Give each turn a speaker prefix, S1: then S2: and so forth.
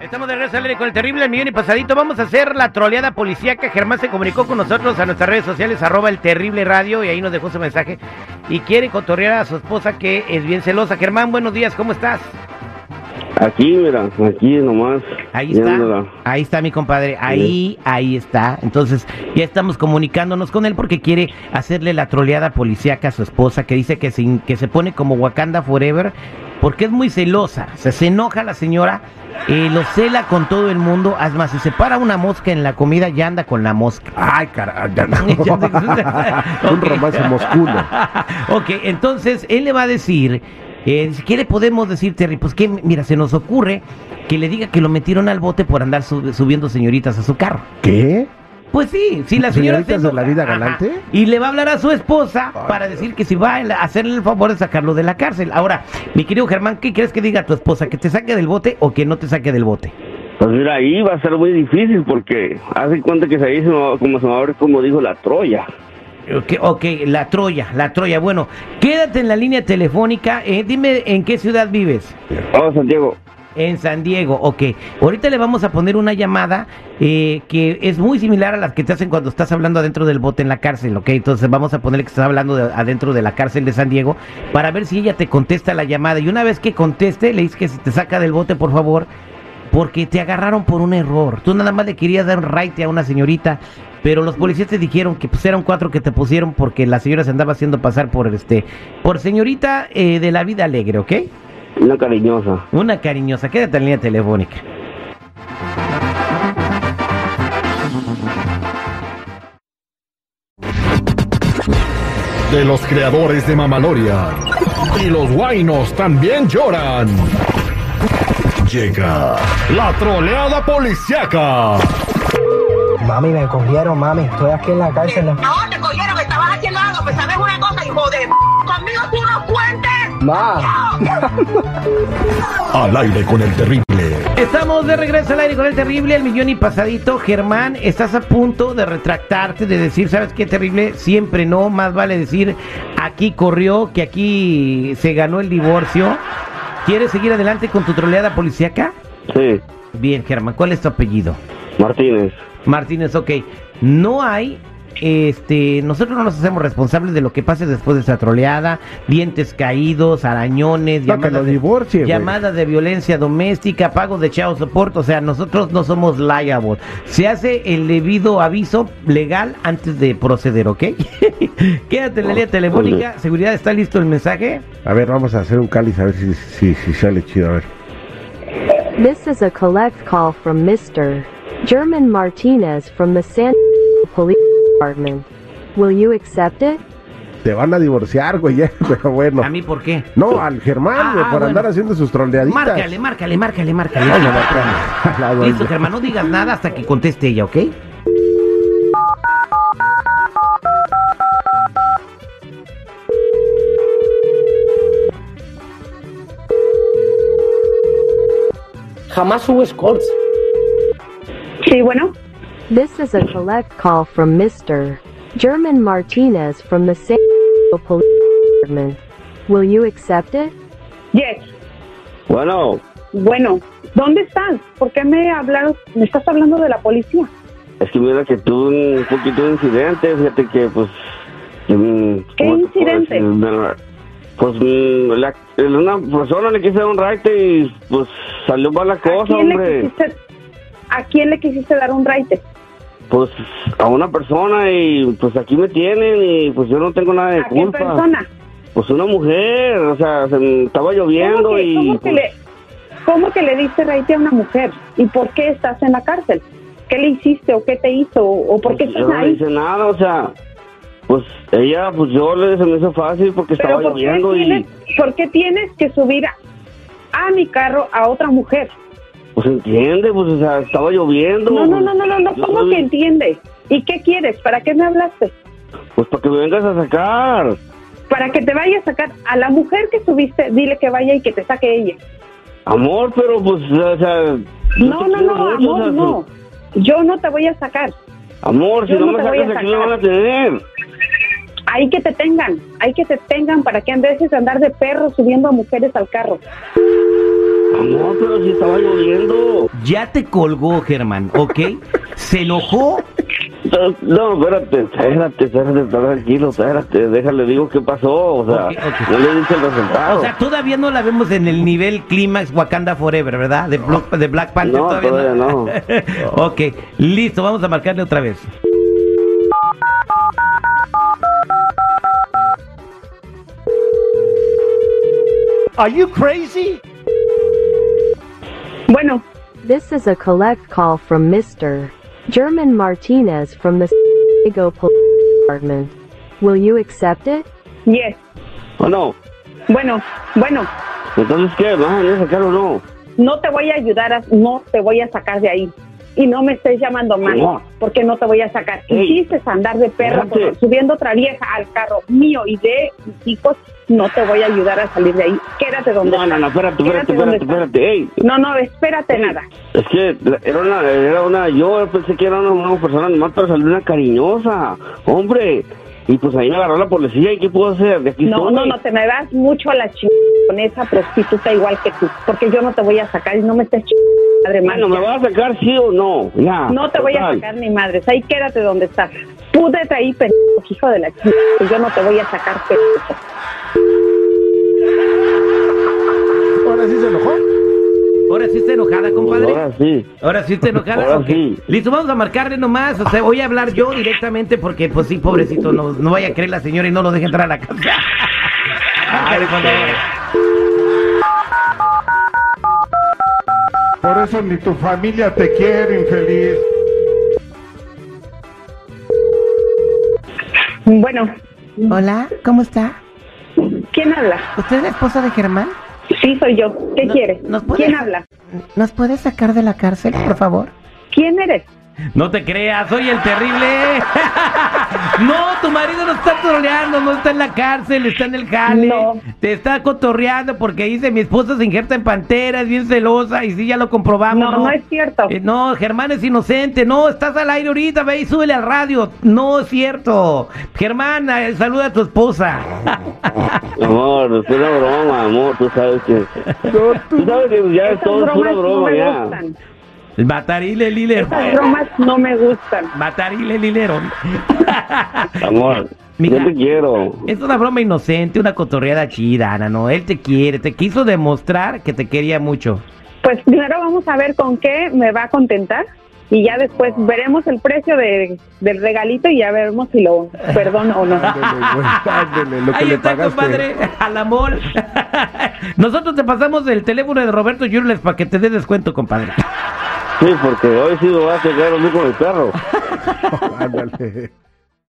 S1: Estamos de regreso al aire con el terrible millón y pasadito. Vamos a hacer la troleada policíaca. Germán se comunicó con nosotros a nuestras redes sociales, arroba el terrible radio, y ahí nos dejó su mensaje. Y quiere cotorrear a su esposa que es bien celosa. Germán, buenos días, ¿cómo estás?
S2: Aquí, mira, aquí nomás.
S1: Ahí está.
S2: viéndola.
S1: Ahí está mi compadre. Ahí, ahí está. Entonces, ya estamos comunicándonos con él porque quiere hacerle la troleada policíaca a su esposa que dice que se, in- que se pone como Wakanda Forever porque es muy celosa. O sea, se enoja la señora, eh, lo cela con todo el mundo. Haz más, si se para una mosca en la comida, ya anda con la mosca.
S3: Ay, carajo. ya no.
S1: Ya te-
S3: Un
S1: Ok.
S3: romance moscuno.
S1: ok, entonces él le va a decir, eh, dice, ¿qué le podemos decir, Terry? Pues que, mira, se nos ocurre que le diga que lo metieron al bote por andar sub- subiendo señoritas a su carro.
S3: ¿Qué?
S1: Pues sí, sí, la señora.
S3: ¿Señoritas
S1: se
S3: de la vida
S1: enoja.
S3: galante?
S1: Ajá. Y le va a hablar a su esposa
S3: Ay,
S1: para
S3: Dios.
S1: decir que si va a hacerle el favor de sacarlo de la cárcel. Ahora, mi querido Germán, ¿qué crees que diga tu esposa? ¿Que te saque del bote o que no te saque del bote?
S2: Pues mira, ahí va a ser muy difícil porque hace cuenta que se dice como se va a ver, como dijo la Troya.
S1: Ok, ok, la Troya, la Troya. Bueno, quédate en la línea telefónica. eh, dime en qué ciudad vives.
S2: Vamos, Santiago.
S1: En San Diego, ok. Ahorita le vamos a poner una llamada eh, que es muy similar a las que te hacen cuando estás hablando adentro del bote en la cárcel, ok. Entonces vamos a ponerle que estás hablando de- adentro de la cárcel de San Diego para ver si ella te contesta la llamada. Y una vez que conteste, le dices que si te saca del bote, por favor, porque te agarraron por un error. Tú nada más le querías dar un raite a una señorita, pero los policías te dijeron que pues eran cuatro que te pusieron porque la señora se andaba haciendo pasar por este, por señorita eh, de la vida alegre, ¿ok?
S2: Una cariñosa.
S1: Una cariñosa, quédate en línea telefónica.
S4: de los creadores de Mamaloria. Y los guainos también lloran. Llega la troleada policiaca.
S5: Mami, me cogieron, mami. Estoy aquí en la cárcel.
S6: No, te cogieron, que estabas haciendo algo, pues sabes una cosa, hijo de... p-? Conmigo tú no cuentes.
S5: Ma.
S4: Al aire con el terrible.
S1: Estamos de regreso al aire con el terrible, el millón y pasadito. Germán, estás a punto de retractarte, de decir, ¿sabes qué terrible? Siempre no, más vale decir, aquí corrió, que aquí se ganó el divorcio. ¿Quieres seguir adelante con tu troleada policíaca?
S2: Sí,
S1: Bien, Germán, ¿cuál es tu apellido?
S2: Martínez.
S1: Martínez, ok. No hay, este, nosotros no nos hacemos responsables de lo que pase después de esa troleada, dientes caídos, arañones,
S3: No, que
S1: llamadas
S3: lo
S1: de-
S3: divorcie, güey.
S1: llamadas de violencia doméstica, pago de chao soporte, o sea, nosotros no somos liable. Se hace el debido aviso legal antes de proceder, ¿ok? Quédate en la
S3: Oh,
S1: línea telefónica, seguridad, ¿está listo el mensaje?
S3: A ver, vamos a hacer un cáliz a ver si, si, si sale chido. A ver.
S7: This is a collect call from Mr. German Martinez from the San Police Department. Will you accept it?
S3: Te van a divorciar, güey, ya, pero bueno.
S1: ¿A mí por qué?
S3: No, al Germán, güey,
S1: Ah,
S3: por
S1: bueno.
S3: andar haciendo sus troleaditas.
S1: Márcale, márcale, márcale, márcale.
S3: Ay, no, márcale. A la doña.
S1: Listo, Germán, no digas nada hasta que conteste ella, ¿ok?
S5: Jamás hubo escorts.
S6: Sí, bueno.
S7: This is a collect call from Mr. German Martinez from the San Police Department. Will you accept it?
S6: Yes.
S2: Bueno,
S6: Bueno, ¿dónde estás? ¿Por qué me hablaron? ¿Me estás hablando de la policía?
S2: es que mira que tuve un poquito de incidente. Fíjate que, pues. mm,
S6: ¿Qué
S2: ¿cómo te puedo
S6: incidente?
S2: decir? Me- Pues mm, la- una persona le quise dar un raite y pues salió mala
S6: ¿A
S2: cosa,
S6: quién, le
S2: hombre.
S6: quisiste, ¿A quién le quisiste dar un raite?
S2: Pues a una persona y pues aquí me tienen y pues yo no tengo nada de
S6: ¿A qué
S2: culpa.
S6: persona?
S2: Pues una mujer, o sea, se me estaba lloviendo
S6: ¿Cómo que,
S2: y...
S6: cómo que
S2: pues,
S6: le, ¿Cómo que le diste raite a una mujer? ¿Y por qué estás en la cárcel? ¿Qué le hiciste o qué te hizo? ¿O por qué
S2: pues, yo
S6: estás
S2: no le
S6: ahí?
S2: hice nada, o sea, pues ella, pues yo le se me hizo fácil porque
S6: Pero
S2: estaba
S6: ¿por qué,
S2: lloviendo y
S6: tienes, por qué tienes que subir a, a mi carro a otra mujer?
S2: pues entiende, pues o sea, estaba lloviendo.
S6: No, no, no, no, no, no,
S2: Yo
S6: ¿cómo
S2: soy-
S6: que entiendes? ¿Y qué quieres? ¿Para qué me hablaste?
S2: Pues para que me vengas a sacar.
S6: Para que te vaya a sacar a la mujer que subiste, dile que vaya y que te saque ella.
S2: Amor, pero pues, o sea... yo
S6: No,
S2: te
S6: no,
S2: quiero
S6: no,
S2: mucho, o sea,
S6: amor, no.
S2: pues,
S6: Yo no te voy a sacar.
S2: Amor, si
S6: Yo
S2: no,
S6: no
S2: me
S6: te voy a
S2: sacas aquí me
S6: sacar.
S2: van a tener.
S6: Ahí que te tengan, ahí que te tengan para que andes a andar de perro subiendo a mujeres al carro.
S2: No, pero si estaba lloviendo.
S1: Ya te colgó, Germán, ¿ok? Se enojó.
S2: No, No, espérate, espérate, espérate, está tranquilo, espérate, déjale, digo qué pasó, o sea,
S1: Ok, ok.
S2: no le dice el resultado.
S1: O sea, todavía no la vemos en el nivel clímax Wakanda Forever, ¿verdad? De, Blo- de Black Panther
S2: No, todavía no.
S1: ok, listo, vamos a marcarle otra vez.
S6: Bueno,
S7: This is a collect call from Mr. German Martinez from the San Diego Police Department. Will you accept it?
S6: yes.
S2: Bueno,
S6: Bueno, bueno,
S2: entonces, ¿qué? ¿Me ¿Van a sacar o no?
S6: no te voy a ayudar, a- no te voy a sacar de ahí. Y no me estés llamando mal,
S2: No.
S6: porque no te voy a sacar.
S2: Ey.
S6: Quisiste andar de perro
S2: Espérate.
S6: con- subiendo otra vieja al carro mío y de mis hijos, no te voy a ayudar a salir de ahí. Quédate donde
S2: No, no, no, espérate, espérate,
S6: Quédate donde
S2: espérate, espérate, ey.
S6: estás. No, no, espérate nada.
S2: Es que la- era una, era una, yo pensé que era una, una persona nomás, pero salió una cariñosa, hombre. Y pues ahí me agarró la policía, ¿y qué puedo hacer? De aquí
S6: No,
S2: estoy.
S6: no, no, te me das mucho a la chingada con esa prostituta igual que tú, porque yo no te voy a sacar y no me estés chingando, madre mía.
S2: Bueno, Ah, ¿me vas a sacar sí o no? Ya.
S6: No te voy a
S2: total.
S6: sacar ni madres, ahí quédate donde estás. Púdete ahí, pendejo, hijo de la chingada, que yo no te voy a sacar, pendejo.
S4: Ahora sí se enojó.
S1: Ahora sí está enojada, compadre.
S2: Ahora sí.
S1: Ahora sí te enojada.
S2: Ahora
S1: ok.
S2: sí.
S1: Listo, vamos a marcarle nomás. O sea, voy a hablar yo directamente porque, pues sí, pobrecito, no, no vaya a creer la señora y no lo deje entrar a la casa. Márcale, por favor.
S3: Por eso ni tu familia te quiere, infeliz.
S6: Bueno,
S8: Hola, ¿cómo está?
S6: ¿quién habla?
S8: ¿Usted es la esposa de Germán?
S6: Sí, soy yo. ¿Qué
S8: No-
S6: quieres?
S8: nos puede-
S6: ¿Quién habla?
S8: ¿Nos puede sacar de la cárcel, por favor?
S6: ¿Quién eres?
S1: No te creas, soy el terrible. no, tu marido no está troleando, no está en la cárcel, está en el jale.
S6: No.
S1: Te está cotorreando porque dice mi esposa se injerta en pantera, es bien celosa y sí, ya lo comprobamos.
S6: No, no es cierto.
S1: Eh, no, Germán es inocente. No, estás al aire ahorita, ve y súbele al radio. No es cierto. Germán, eh, saluda a tu esposa.
S2: Amor, es una broma, amor, tú sabes que... tú sabes que ya es
S6: Esas
S2: todo es una
S6: bromas no
S2: broma,
S6: me
S2: ya.
S6: gustan.
S1: El Matarile Lilero.
S6: Esas bromas no me gustan.
S1: Matarile Lilero.
S2: Amor,
S1: Mija.
S2: yo te quiero.
S1: Es una broma inocente, una cotorreada chida, Ana, no. Él te quiere, te quiso demostrar que te quería mucho.
S6: Pues primero vamos a ver con qué me va a contentar y ya después veremos el precio de- del regalito y ya veremos si lo perdono o no.
S3: Ándele, güey, ándele, lo que
S1: Ahí
S3: le
S1: está,
S3: pagaste.
S1: compadre, al amor. Nosotros te pasamos el teléfono de Roberto Jurles para que te dé descuento, compadre.
S2: Sí, porque hoy sí me vas a sacar a mí con el perro.
S3: Ándale.